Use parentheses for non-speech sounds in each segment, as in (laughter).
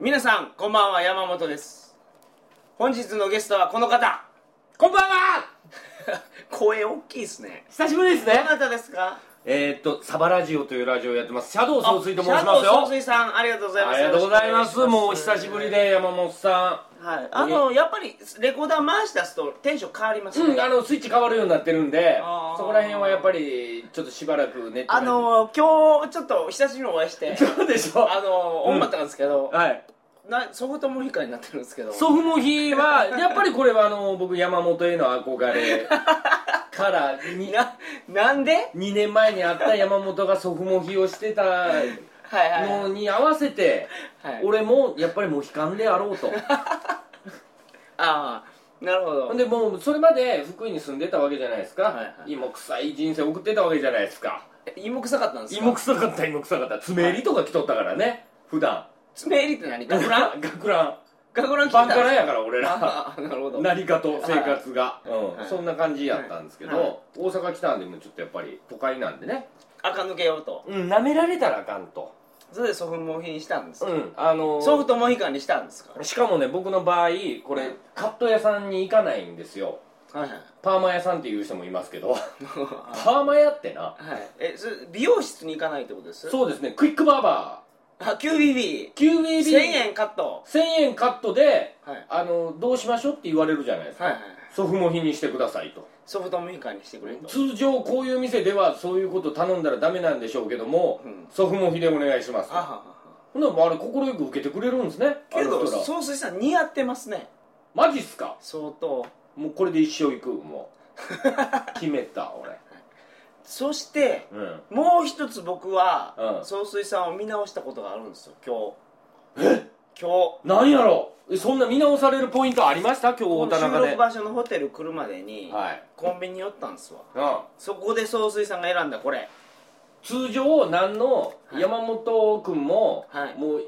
皆さんこんばんは山本です本日のゲストはこの方こんばんは声大きいですね久しぶりですねど。なたですかえー、っと、サバラジオというラジオをやってます。シャドウ総帥と申しあシャドまウす総よ。帥さんありがとうございますありがとうございよます。ろしくおもう願いしま久すしぶりで、山本さはいあのやっぱりレコーダー回したすとテンション変わりますん。うねん、あの、スイッチ変わるようになってるんであー、そこら辺はやっぱり、ちょっとしばらくね。あ、の今日ちょっと久しぶりにお会い (laughs) してそうでしょあのうん思ったんですけど、はい。な祖父ともひかになってるんですけど祖父母日は、やっぱりこれはあ (laughs) の、僕、山本への憧れから、にななんで2年前に会った山本が祖父母日をしてたはいはいのに合わせて、はい俺もやっぱりモヒカンであろうと。ああなるほどほんでもうそれまで福井に住んでたわけじゃないですか、はいはい芋臭い人生送ってたわけじゃないですか芋臭かったんですか芋臭かった芋臭かった爪入りとか着とったからね、普段爪入りって何学ラン学ラ学ランン着てた (laughs) バンんカですラやから俺ら (laughs) ああ (laughs) なるほど何かと生活が、うんはいそんな感じやったんですけど、はい大阪来たんでもうちょっとやっぱり都会なんでね垢抜けようとうん舐められたらあかんとそれで祖父もひにしたんですか、んあのー祖父ともひかにしたんですかしかもね僕の場合これカット屋さんに行かないんですよはいはいパーマ屋さんっていう人もいますけどパーマ屋ってな (laughs) はいえそれ美容室に行かないってことですそうですねクイックバーバあ QBB1000 ー QBB 円カット1000円カットで、はいあのどうしましょうって言われるじゃないですか、はいはい祖父母日にしてくださいと祖父ともひかにしてくれと通常こういう店ではそういうこと頼んだらダメなんでしょうけども、うん祖父母日でお願いしますあははとはほんならあれ快く受けてくれるんですねけあどの人ら総帥さん似合ってますねマジっすか相当もうこれで一生行くもう (laughs) 決めた俺そしてうんもう一つ僕は、うん総帥さんを見直したことがあるんですよ今日今なんやろえそんな見直されるポイントありました今日日大田収中で録場所のホテル来るまでに、はいコンビニ寄ったんですわうんそこで総帥さんが選んだこれ通常何のはい山本君も、はいもう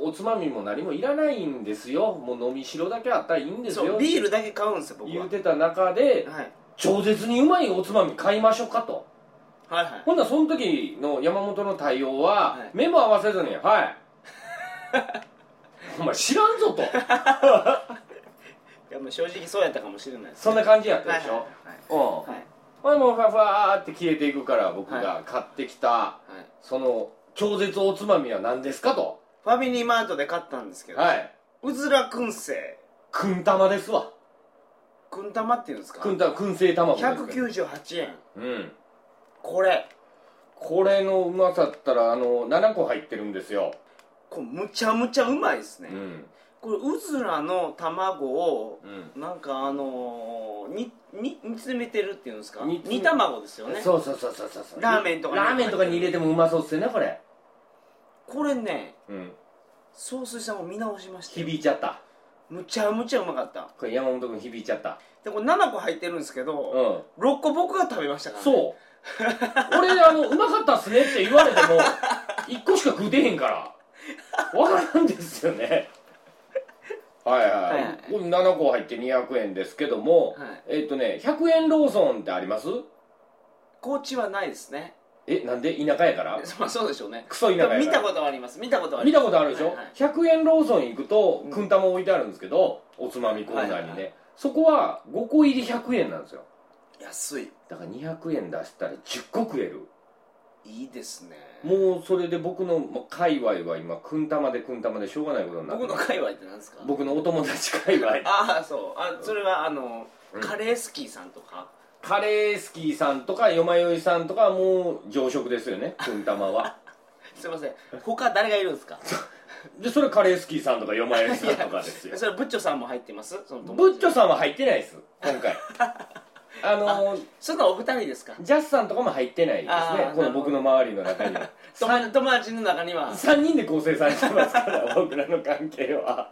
おつまみも何もいらないんですよもう飲みしろだけあったらいいんですそようビールだけ買うんですよ僕は言うてた中ではい超絶にうまいおつまみ買いましょうかとはいはいほんならその時の山本の対応は、はい目も合わせずに (laughs)「はい」お前知らんぞといやもう正直そうやったかもしれないですそんな感じやったはいでしょ、はいうんはいほいでもうファファーって消えていくから僕はが買ってきた、はいその超絶おつまみは何ですかとファミリーマートで買ったんですけどはいうずら燻製くん玉ですわくん玉っていうんですかくんた燻製卵ですね198円うんこれこれのうまさったらあの7個入ってるんですよ、これむちゃむちゃうまいですね、うんこれうずらの卵をうんなんかあのー、にに煮詰めてるっていうんですか煮煮詰め卵ですよねそうそうそうそうそうそうラーメンとかにラーメンとかに入れてもうまそうっすよねこれこれねうん総帥さんも見直しましたよ響いちゃったむちゃむちゃうまかったこれ山本君響いちゃったでこれ7個入ってるんですけうど、ん6個僕が食べましたから、ね、そう俺あのうまかったっすねって言われても1個しか食うてへんからわからんですよねはいははいい、はいこれ7個入って200円ですけども、はいえっ、とね100円ローソンってあります高知はないですねえなんで田舎やからまあそうでしょうねクソ田舎やから見たことはあります見たことはあり見またすことあるでしょ、はいはい100円ローソン行くとうんくん玉置いてあるんですけどおつまみコーナーにね、はいはいそこは5個入り100円なんですよ安いだから200円出したら10個食えるいいですねもうそれで僕のもう界隈は今くん玉でくん玉でしょうがないことになって僕の界隈って何ですか僕のお友達界隈ああそうあそれはあの、うんカレースキーさんとかカレースキーさんとかよまよいさんとかはもう常食ですよねくん玉はすいません他誰がいるんですかでそれカレースキーさんとかよまよいさんとかですよそれブッチョさんも入ってますその友達ブッチョさんは入ってないです今 (laughs) 回あのーそのお二人ですかジャスさんとかも入ってないですあねーなるこのほど僕の周りの中には友友達の中には3人で構成されてますから僕らの関係は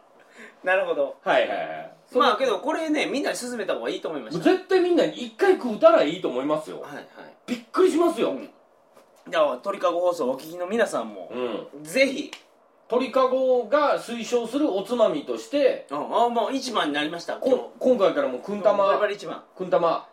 なるほどはいはいはいそのまあけどこれねみんなに勧めた方がいいと思いました絶対みんな一回食うたらいいと思いますよはいはいびっくりしますよ、うんじゃあ鳥かご放送お聞きの皆さんも、うん、ぜひ、鳥かごが推奨するおつまみとしてうん、あもう一番になりました今日こ今回からもうくんバ玉リバリ一番くん玉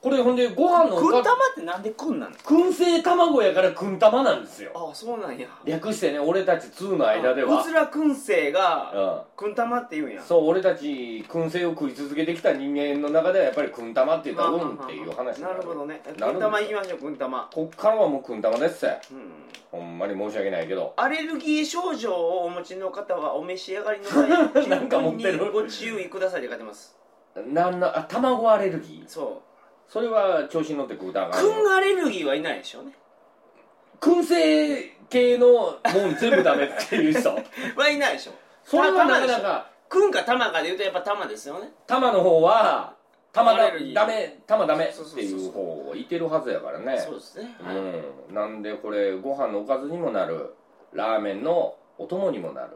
これほんでご飯のおくんか玉ってなんでくんなの燻製卵やからくん玉なんですよああそうなんや略してね俺たち2の間ではうつら燻製がうくん玉って言うんやん、そう俺たち燻製を食い続けてきた人間の中ではやっぱりくん玉って言ったらうんっていう話なるほどねねくんなるんですよ玉いきましょうくん玉こっからはもうくん玉ですようんほんまに申し訳ないけどアレルギー症状をお持ちの方はお召し上がりの際 (laughs) なんか持ってる十分にご注意くださいって書いてますなんのあ卵アレルギーそそれは調子に乗って食うたらあうかんくんアレルギーはいないでしょうね (laughs) 燻製系のもん全部ダメっていう (laughs) 人はいないでしょそれはなかた玉なでしょかくんか玉かで言うとやっぱ玉ですよね玉の方は玉アだレルギーダメ玉ダメっていそうそううそうそ方いてるはずやからねそうですね、はいうん、なんでこれご飯のおかずにもなるラーメンのお供にもなる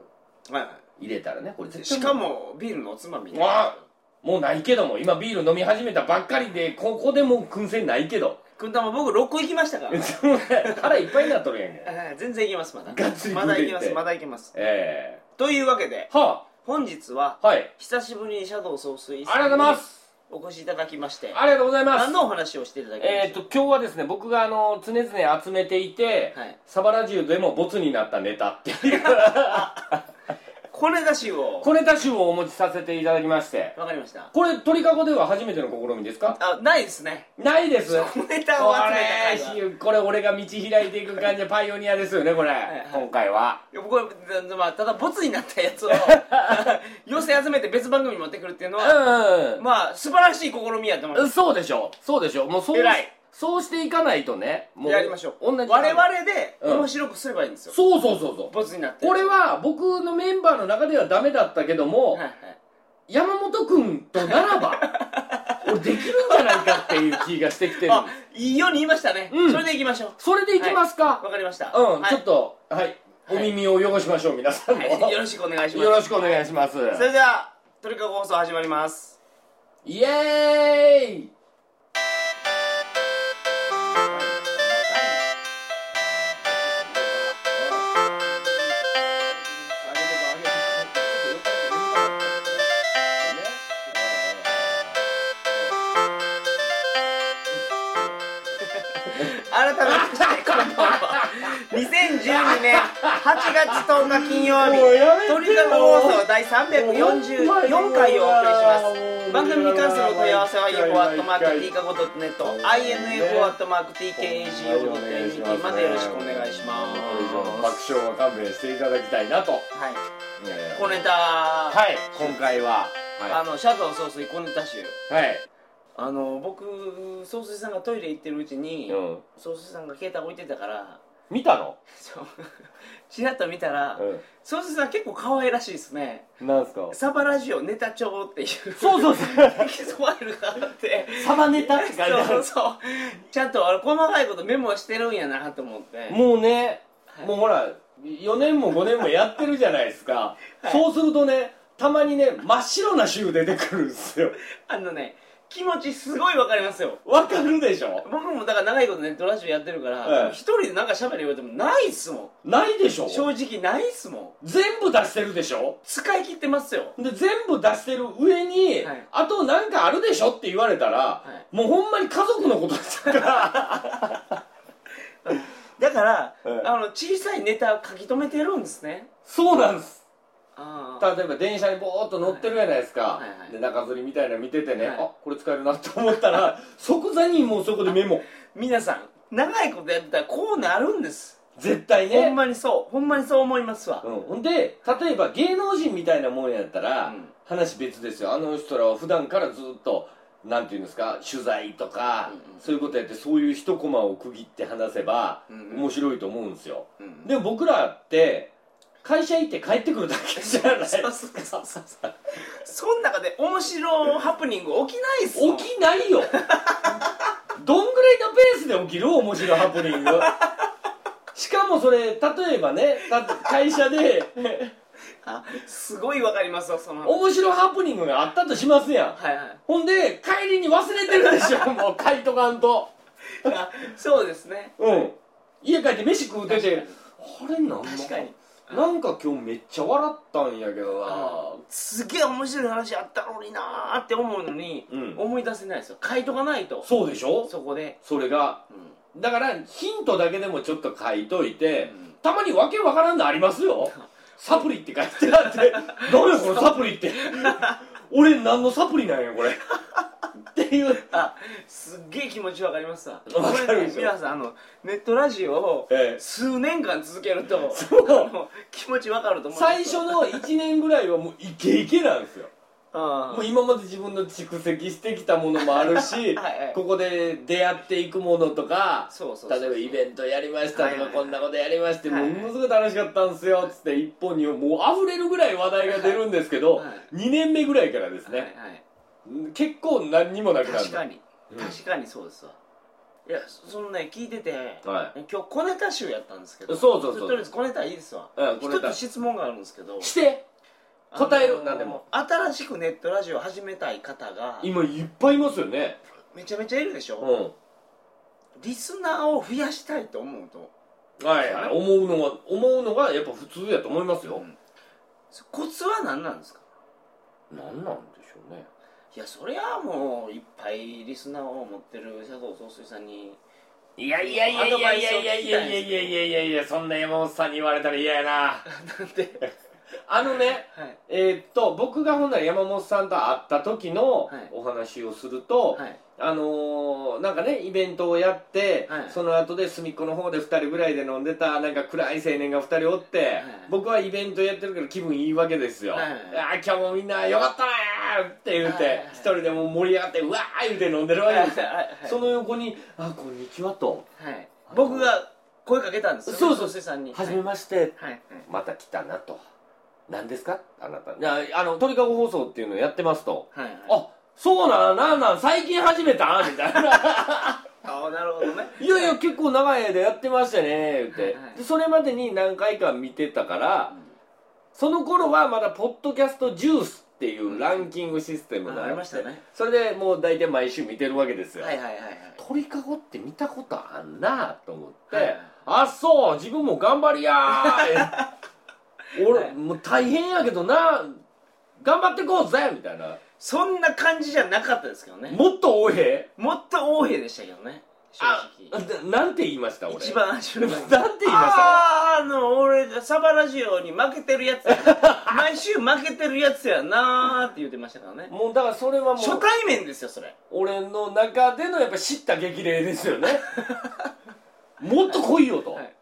はいは入れたらねこれい絶対しかもビールのおつまみにわあもうないけども今ビール飲み始めたばっかりでここでもう燻製ないけど (laughs) くん玉僕6個いきましたから腹いっぱいになっとるやんけはい全然いけますまだがっつり食まうだていいけってますまだいけますえというわけでえは本日はあはい久しぶりにシャドウ総帥ありがとうございますお越しいただきましてありがとうございます何のお話をしていただきましたえー、と今日はですね僕があの常々集めていて、はいサバラジュでもボツになったネタっていう (laughs) これだしを小ネタ集をお持ちさせていただきましてわかりましたこれ鳥かごでは初めての試みですかあないですねないです小ネタをこ集めれた回はしこれ俺が道開いていく感じでパイオニアですよねこれ、いはい今回はいや僕は、まあ、ただボツになったやつ (laughs) を寄せ集めて別番組に持ってくるっていうのはうん、まあ素晴らしい試みやと思いますそうでしょそうでしょもうそう偉いそうしていかないとねもうやりましょう同じ我々でうん面白くすればいいんですよ、そうそうそうそうボツになってこれは僕のメンバーの中ではダメだったけども、はいはい山本君とな (laughs) らば俺できるんじゃないかっていう気がしてきてるあいいように言いましたね、うんそれでいきましょうそれでいきますか、わかりましたうん、はいちょっとはいはいお耳を汚しましょう皆さんも、はいよよろしくお願いしますろしくお願いします、それではトリカゴ放送始まりますイエーイ改めましてこんばんは2012年8月10日金曜 (laughs) 日もうやめてよトリカゴ放送第344回をお送りします番組に関するお問い合わせは info at mark tkago.net info at mark tkago.net までよろしくお願いしま爆す笑は勘弁していただきたいなとはいこ小れネタはい今回はあはのシャドウ総帥小ネタ集いはいあの僕総帥さんがトイレ行ってるうちにうん総帥さんが携帯置いてたから (laughs) 見たのそう (laughs) ちらっと見たら総帥さん結構可愛らしいですねなんすかサバラジオネタ帳っていうそう (laughs) そうそうテキストファイルがあってサバネタって書いてあそうるそうちゃんとあれ細かいことメモしてるんやなと思ってもうねはいもうほら4年も5年もやってるじゃないですかはいそうするとねたまにね真っ白な週出てくるんですよあのね気持ちすごいわかりますよわかるでしょ僕もだから長いことネットラジオやってるから、はい一人でなんか喋る言われてもないっすもないでしょん正直ないっすもん全部出してるでしょ使い切ってますよで全部出してる上に、はいあとなんかあるでしょって言われたら、はもうほんまに家族のことだ (laughs) からだから、はいあの小さいネタを書き留めてるんですねそうなんですああ例えば電車にボーっと乗ってるじゃないですか、いはいはいで中吊りみたいなの見ててね、はいあこれ使えるなと思ったら (laughs) 即座にもうそこでメモ皆さん長いことやってたらこうなるんです、絶対ほんねまにそうほんまにそう思いますわ、うん、ほんで例えば芸能人みたいなもんやったら、うん話別ですよあの人らは普段からずっとなんていうんですか取材とか、うんうんそういうことやってそういう一コマを区切って話せば、うん面白いと思うんですようんでも僕らって会社行って帰ってくるだけじゃないですそうそうそうそうその中で面白いハプニング起きないっすもん起きないよどんぐらいのペースで起きる面白いハプニングしかもそれ例えばねた会社であすごいわかりますわその面白いハプニングがあったとしますやんはいはいほんで帰りに忘れてるでしょ (laughs) もう書いとかんと (laughs) あそうですねうん家帰って飯食うててあれなんだ確かになんか今日めっちゃ笑ったんやけどすげえ面白い話あったのになーって思うのに、うん思い出せないですよ書いとかないとそうでしょそこで、それがうんだからヒントだけでもちょっと書いといて、うんたまにわけわからんのありますよサプリって書いてあって「何やこのサプリって俺何のサプリなんやこれ」っていうあすっげえ気持ちわかりますわわかるでしょこれね皆さんあのネットラジオをええ数年間続けるとそうあの気持ちわかると思うん最ですよ初の1年ぐらいはもうイケイケなんですよあもう今まで自分の蓄積してきたものもあるしはいはいここで出会っていくものとかそうそうそう例えばイベントやりましたはといはかいこんなことやりましてはもいのすごい楽しかったんですよっつって一本にもう溢れるぐらい話題が出るんですけどはいはい2年目ぐらいからですはいはね結構何にもなくなるい、確かに、うん確かにそうですわいやそそのね聞いてて、は今日小ネタ集やったんですけどそうそうそうとりあえず小ネタいいですわうん小ネ一タつ質問があるんですけどして答えあるの何でも新しくネットラジオ始めたい方が今いっぱいいますよねめちゃめちゃいるでしうょ、んリスナーを増やしたいと思うとはいはい思うのは思うのがやっぱ普通やと思いますよコツは何なんですか何なんでしょうねいやそりゃもういっぱいリスナーを持ってる佐藤総帥さん (laughs) にいやいやいやいやいやいやいやいやいやいやいやいやそんな山本さんに言われたら嫌やななんであのねはいえーっと僕がほんなら山本さんと会った時のはいお話をすると、はいあのーなんかねイベントをやって、はいその後で隅っこの方で2人ぐらいで飲んでたなんか暗い青年が2人おって、い僕はイベントやってるから気分いいわけですよ「はいはいあー今日もみんなよかったねー!」って言っはて、いはいはい一人でもう盛り上がって「うわー!」言うて飲んでるわけですよ、はいはいはいその横に「あこんにちは」とはい僕が声かけたんですよそうそう総帥さんに「はじめまして」はいはいまた来たなと何ですかあなたいやあの鳥かご放送っていうのをやってますとはいはいあそうなんなんなん最近始めたみたいなああなるほどねいやいや結構長い間やってましたね言って、はいはいでそれまでに何回か見てたから、その頃はまだポッドキャストジュースっていうランキングシステムがあありりままししたたねねそれでもう大体毎週見てるわけですよ、はいはいはいはい鳥かごって見たことあんなと思って、はいはいあそう自分も頑張りやー (laughs) 俺、はいもう大変やけどな頑張ってこうぜみたいなそんな感じじゃなかったですけどねもっと応援もっと横柄でしたけどね正あ直ななんて言いました俺一番初めに (laughs) なんて言いましたあーあの俺サバラジオに負けてるやつや (laughs) 毎週負けてるやつやなーって言ってましたからねもうだからそれはもう初対面ですよそれ俺の中でのやっぱ知った激励ですよ (laughs) ねもっと来いよと、はい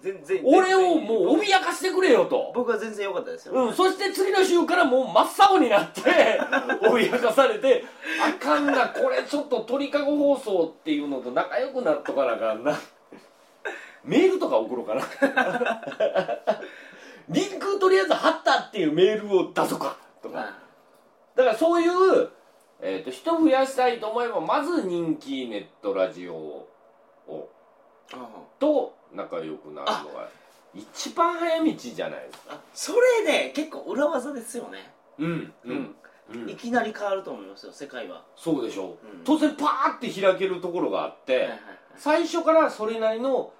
全然俺をうもう脅かしてくれよと僕は全然良かったですよ、うん、そして次の週からもう真っ青になって (laughs) 脅かされてあかんなこれちょっと鳥かご放送っていうのと仲良くなっとかなあかんなメールとか送ろう (laughs) かなリンクとりあえず貼ったっていうメールを出そうかとかあだからそういう、えー、と人増やしたいと思えばまず人気ネットラジオをあと仲良くなるのが一番早道じゃないですかあそれね結構裏技ですよねうんういんきなり変わると思いますよ世界はそうでしょ、うん突然パーって開けるところがあって、はいはいはい最初からそれなりの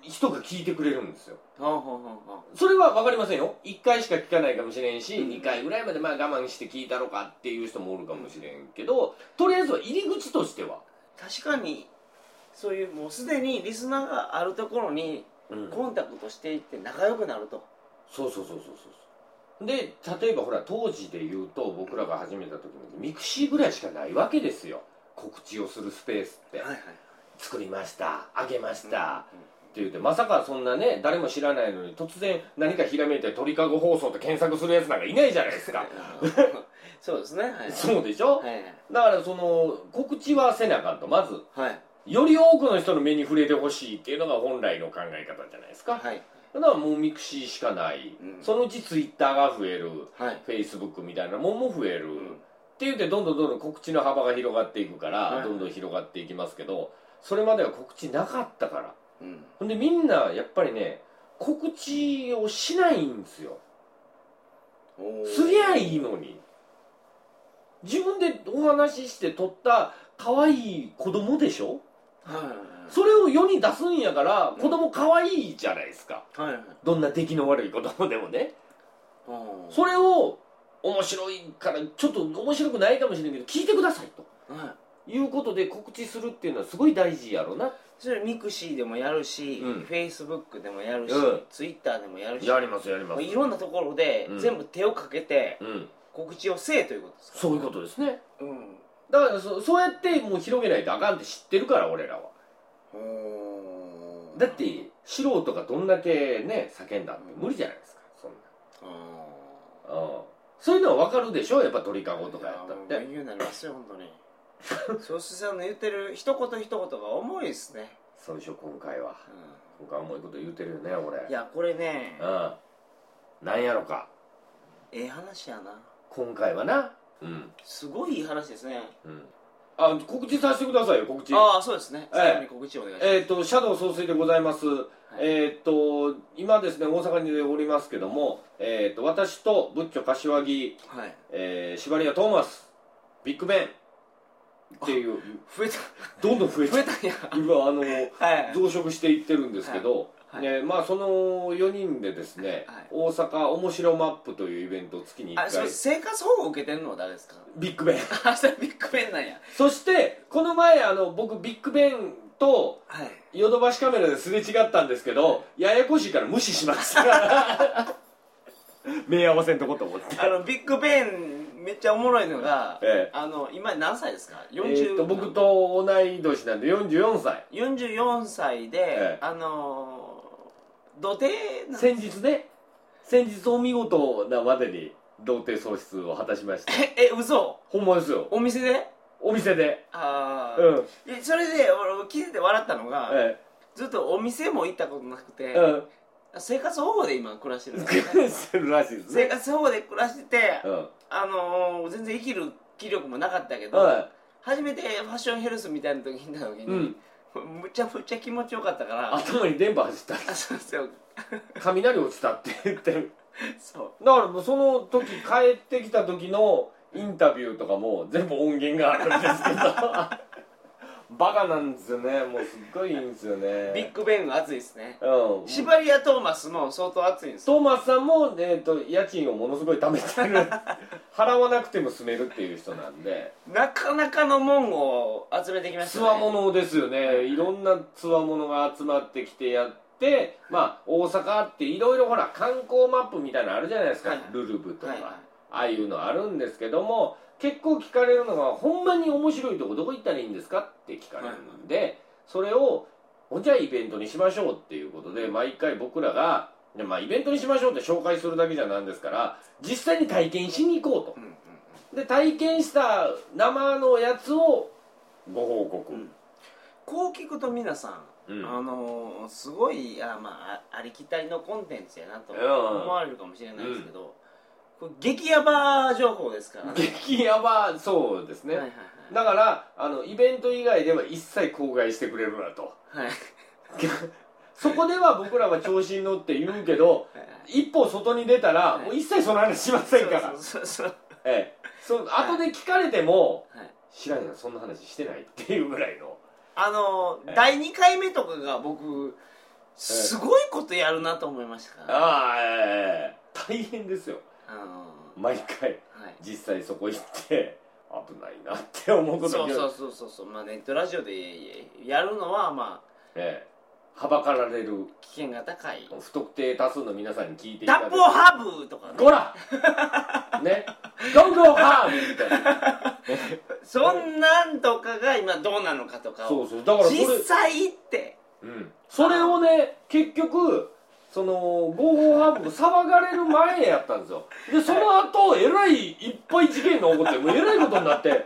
人が聞いてくれるんですよほうほうほうほうそれは分かりませんよ1回しか聞かないかもしれんし、うん2回ぐらいまでまあ我慢して聞いたのかっていう人もおるかもしれんけどとりあえずは入り口としては、確かにそういうもうすでにリスナーがあるところにコンタクトしていって仲良くなると、そうそうそうそうそうそうで例えばほら当時で言うと僕らが始めた時にミクシーぐらいしかないわけですよ告知をするスペースって、はいはい作りましたあげました、うんって言ってまさかそんなね誰も知らないのに突然何かひらめいて「鳥かご放送」と検索するやつなんかいないじゃないですか (laughs) そうですねはいそうでしょ、はいだからその告知はせなあかんとまずはいより多くの人の目に触れてほしいっていうのが本来の考え方じゃないですか、はいだからもうミクシーしかない、うんそのうちツイッターが増えるはいフェイスブックみたいなもんも増える、うってん言ってどんどんどんどん告知の幅が広がっていくから、はいどんどん広がっていきますけどそれまでは告知なかったからうんほんでみんなやっぱりね告知をしないんですよおーすりゃいいのに自分でお話しして撮った可愛い子供でしょはいそれを世に出すんやから子供可愛いじゃないですかはいはいどんな出来の悪い子供でもねうんそれを面白いからちょっと面白くないかもしれんけど聞いてくださいとはいいうことで告知するっていうのはすごい大事やろなそれミクシーでもやるし、うんフェイスブックでもやるし、うんツイッターでもやるしやりますやりまもすういろんなところでうん全部手をかけてうん告知をせえということですか、そういうことですねうんだからそそうやってもう広げないとあかんって知ってるから俺らはだって素人がどんだけね叫んだって無理じゃないですかそんなうんそういうのは分かるでしょやっぱ鳥かごとかやったって勉強になりますよ本当 (laughs) に総帥さんの言ってる一言一言が重いですね、そうでしょ今回はう今回は重いこと言うてるよね俺んいやこれねうんなんやろかええ話やな今回はなうんすごいいい話ですねうんあ告知させてくださいよ告知ああそうですねええ最後に告知をお願いします、えっ、とシャドウ総帥でございます、えっ、と今ですね大阪におりますけども、えっと私とブッチョ柏木、はいえー、シバリアトーマスビッグベンっていう増えたどんどん増え増てえたんや (laughs) 今あのはい増殖していってるんですけど、はいねまあ、その4人でですね、はい大阪おもしろマップというイベントを月にあ1そ回れ生活保護受けてんのは誰です (laughs) かビッグベンあそれビッグベンなんやそしてこの前あの僕ビッグベンとはいヨドバシカメラですれ違ったんですけどややこしいから無視しました (laughs) 目合わせんとこと思ってあのビッグベンめっちゃおもろいのが、ええあの今何歳ですかえーっと僕と同い年なんで44歳44歳で、ええあのー土手なん先日ね先日お見事なまでに童貞喪失を果たしましたえ嘘ほんまですよお店でお店でああ、うんでそれで俺聞いてて笑ったのが、えずっとお店も行ったことなくて、えうん生活保護で今暮らしてる (laughs) んですよね苦するらしいです生ね活保護で暮らしてて、うんあのー全然生きる気力もなかったけど、は初めてファッションヘルスみたいな時に行った時に、いうんむちゃむちゃ気持ちよかったから頭に電波走ったあ (laughs) そうそう雷落ちたって言ってるそうだからもうその時帰ってきた時のインタビューとかも全部音源があるんですけ (laughs) どバカなんですよねもうすっごいいいんですよねビッグベンが熱いですねうんシバリア・トーマスも相当熱いんですよトーマスさんも、えー、と家賃をものすごい貯めて (laughs) る払わなくても住めるっていう人なんでなかなかの門を集めてきましたつねわものですよねいろんなつわものが集まってきてやってまあ大阪っていろいろほら観光マップみたいなのあるじゃないですか、はいルルブとか、はいはいああいうのあるんですけども結構聞かれるのが「ほんまに面白いとこどこ行ったらいいんですか?」って聞かれるんで、それを「ほんじゃイベントにしましょう」っていうことで毎回僕らが「でまあ、イベントにしましょう」って紹介するだけじゃなんですから実際に体験しに行こううんうんとで体験した生のやつをご報告、うんこう聞くと皆さん、うんあのーすごいあ,、まあ、あありきたりのコンテンツやなとうん思われるかもしれないですけど、これ激ヤバ情報ですからね激ヤバそうですね、はいはいだからあのイベント以外では一切口外してくれるなとはいはいそこでは僕らは調子に乗って言うけど一歩外に出たら、はいもう一切その話しませんからそうそうそうそうええそう後で聞かれても、はい知らんよそんな話してないっていうぐらいのあのーええ第2回目とかが僕すごいことやるなと思いましたから、ああええ大変ですよあの毎回ーはい実際そこ行って危ないなって思うことそうがそうそうそうそう、まあ、ネットラジオでやるのはまあええはばかられる危険が高い不特定多数の皆さんに聞いてい脱だいて法ハーブとかねこら (laughs) ねゴンゴンハーブみたいなそんなんとかが今どうなのかとかそをうそうだからそれ実際行ってうん、それをね結局その合法ハーブ騒がれる前やったんですよでその後えらいいっぱい事件が起こってもうえらいことになって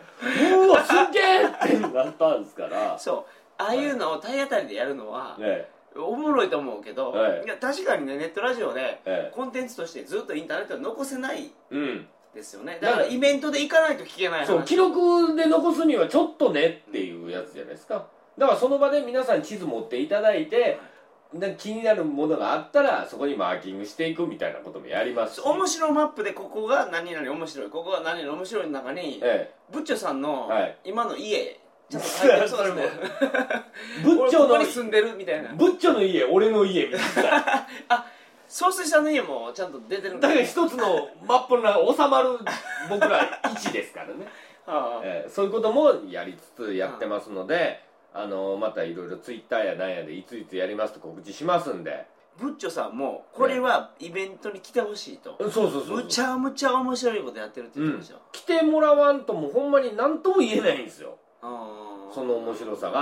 うわすげえってなったんですからそうああいうのを体当たりでやるのはえおもろいと思うけど、はいい、や確かにねネットラジオでええコンテンツとしてずっとインターネットは残せないえうんですよねだからイベントで行かないと聞けない話そう記録で残すにはちょっとねっていうやつじゃないですかだからその場で皆さん地図持っていただいてで気になるものがあったらそこにマーキングしていくみたいなこともやりますし面白マップでここが何々面白いここが何々面白いの中にえブッチョさんのはい今の家ちょっと大変 (laughs) そうですね仏俺頂ここのに住んでるみたいな仏頂の家俺の家みたいな総帥さんの家もちゃんと出てるんだだから一つのマップの中に収まる僕ら位置ですから (laughs) ね、ああえーそういうこともやりつつやってますので、あのまたいろいろツイッターやなんやでいついつやりますと告知しますんでブッチョさんもこれはイベントに来てほしいとそうそうそうそうむちゃむちゃ面白いことやってるって言ってましたよ来てもらわんともうほんまに何とも言えないんですよああその面白さが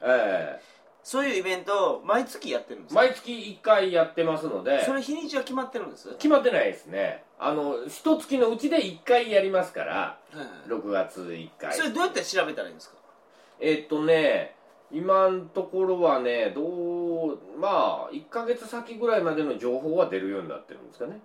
はいはいえそういうイベントを毎月やってるんでえすか毎月1回やってますのでそれ日にちは決まってるんですはい決まってないですねあの一月のうちで1回やりますからはい6月1回それどうやって調べたらいいんですかえっとね今のところはねどうまあ1ヶ月先ぐらいまでの情報は出るようになってるんですかね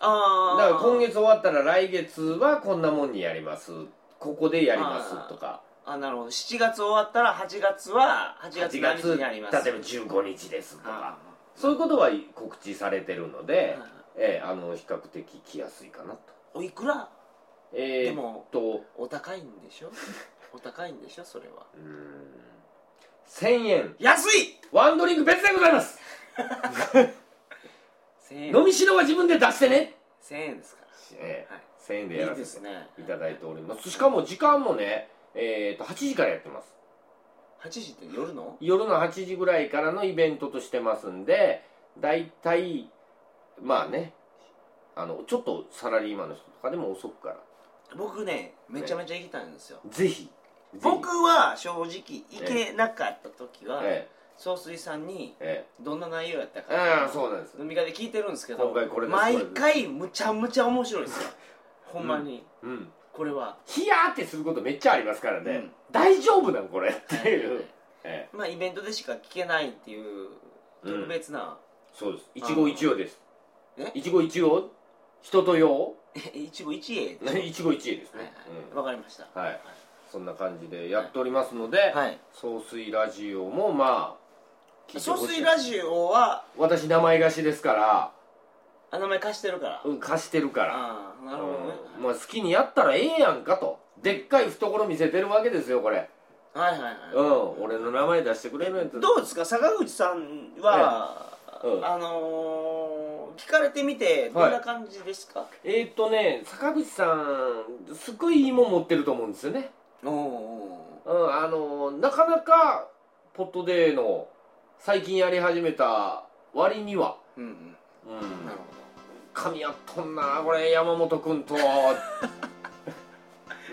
だああから今月終わったら来月はこんなもんにやりますここでやりますとかあなるほど7月終わったら8月は8月8何日月にな例りえばます15日ですとあかそういうことは告知されてるのあで、はいええあの比較的来やすいかなと。おいくらえでー、っもとお高いんでしょお高いんでしょそれはうーん1000円安いワンドリンク別でございます1000円飲みしろは自分で出してね、 1000円ですからえはいえ1000円でやいいらでせすてねいただいておりますしかも時間もね、えー、っと8時からやってます8時って夜の夜の8時ぐらいからのイベントとしてますんで大体まあねあのちょっとサラリーマンの人とかでも遅くから僕ねめちゃめちゃ行きたいんですよぜひぜひ僕は正直行けなかった時はえ総帥さんにええどんな内容やったかえああそうなんです飲み会で聞いてるんですけど今回これです毎回むちゃむちゃ面白いですよほんまにうんこれはヒヤーってすることめっちゃありますからね、うん大丈夫なんこれっていう、ええまあイベントでしか聞けないっていう特別な、そうです一期一会ですえ一期一会人と用一期一会です一期一会ですはいねはいわ、かりましたうんはい、そんな感じでやっておりますので、はい総帥ラジオもまあ聞いて総ほしい帥ラジオは私名前貸しですから、あ名前貸してるから、うん、貸してるから、ああなるほどね、うんまあ、好きにやったらええやんかとでっかい懐見せてるわけですよこれはいはいうんは俺の名前出してくれるやつい、どうですか坂口さんは、うんあのー、聞かれてみてどんな感じですか、えーっとね坂口さんすごいいいもん持ってると思うんですよね、おううん、あのなかなかポットデーの最近やり始めた割には、おううんうんうん、なるほ噛み合っとんなこれ山本 (laughs) 君と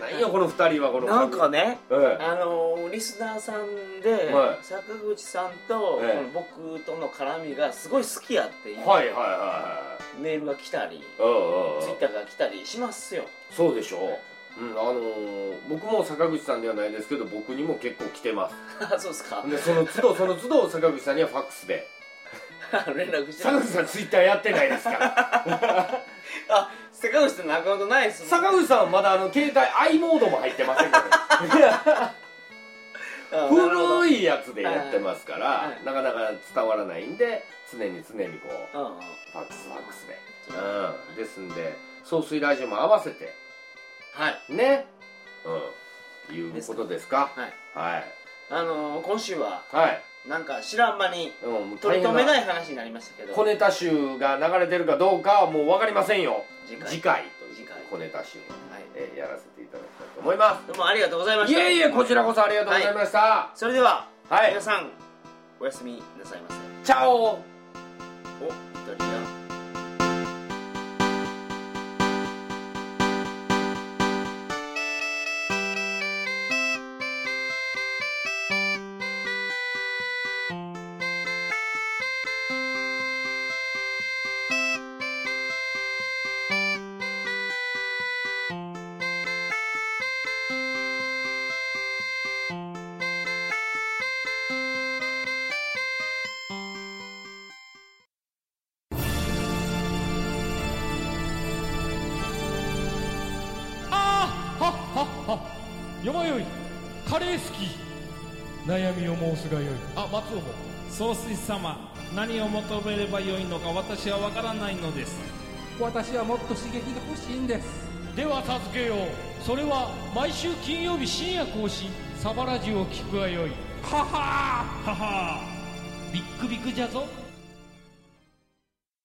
なんやこの二人はこどのなんかねえあのーリスナーさんで、はい坂口さんと、ええこの僕との絡みがすごい好きやっていえう、はいはいはいはいメールが来たりうんうんうんツイッターが来たりしますよ (laughs) そうでしょう、うん、あのー僕も坂口さんではないですけど僕にも結構来てますあそうですかでその都度その都度坂口さんにはファックスで (laughs) 連絡して坂口さんツイッターやってないですから (laughs) あ坂口さんのアカウントないですもん坂口さんはまだあの携帯 i モードも入ってませんからねあ (laughs) なるほど古いやつでやってますから、はいはいなかなか伝わらないんで常に常にこううんうんファックスファックスではうんですんで総水ラジオも合わせていねうんいうことですかはいはいあのー今週ははいなんか知らん間にでももう取大り変留めなない話になりましたけど小ネタ集が流れてるかどうかはもう分かりませんよ次回次回という次回小ネタ集を、はいえーやらせていただきたいと思いまどうもありがとうございますしいたえいえこちらこそありがとうございました、それでは、はい皆さんおやすみなさいませチャオおイタリアあーはっはっは山よいカレー好き悩みを申すがよいあ松尾も総帥様何を求めればよいのか私は分からないのです私はもっと刺激が欲しいんですでは助けようそれは毎週金曜日深夜更新サバラジを聞くがよいははービックビックじゃぞ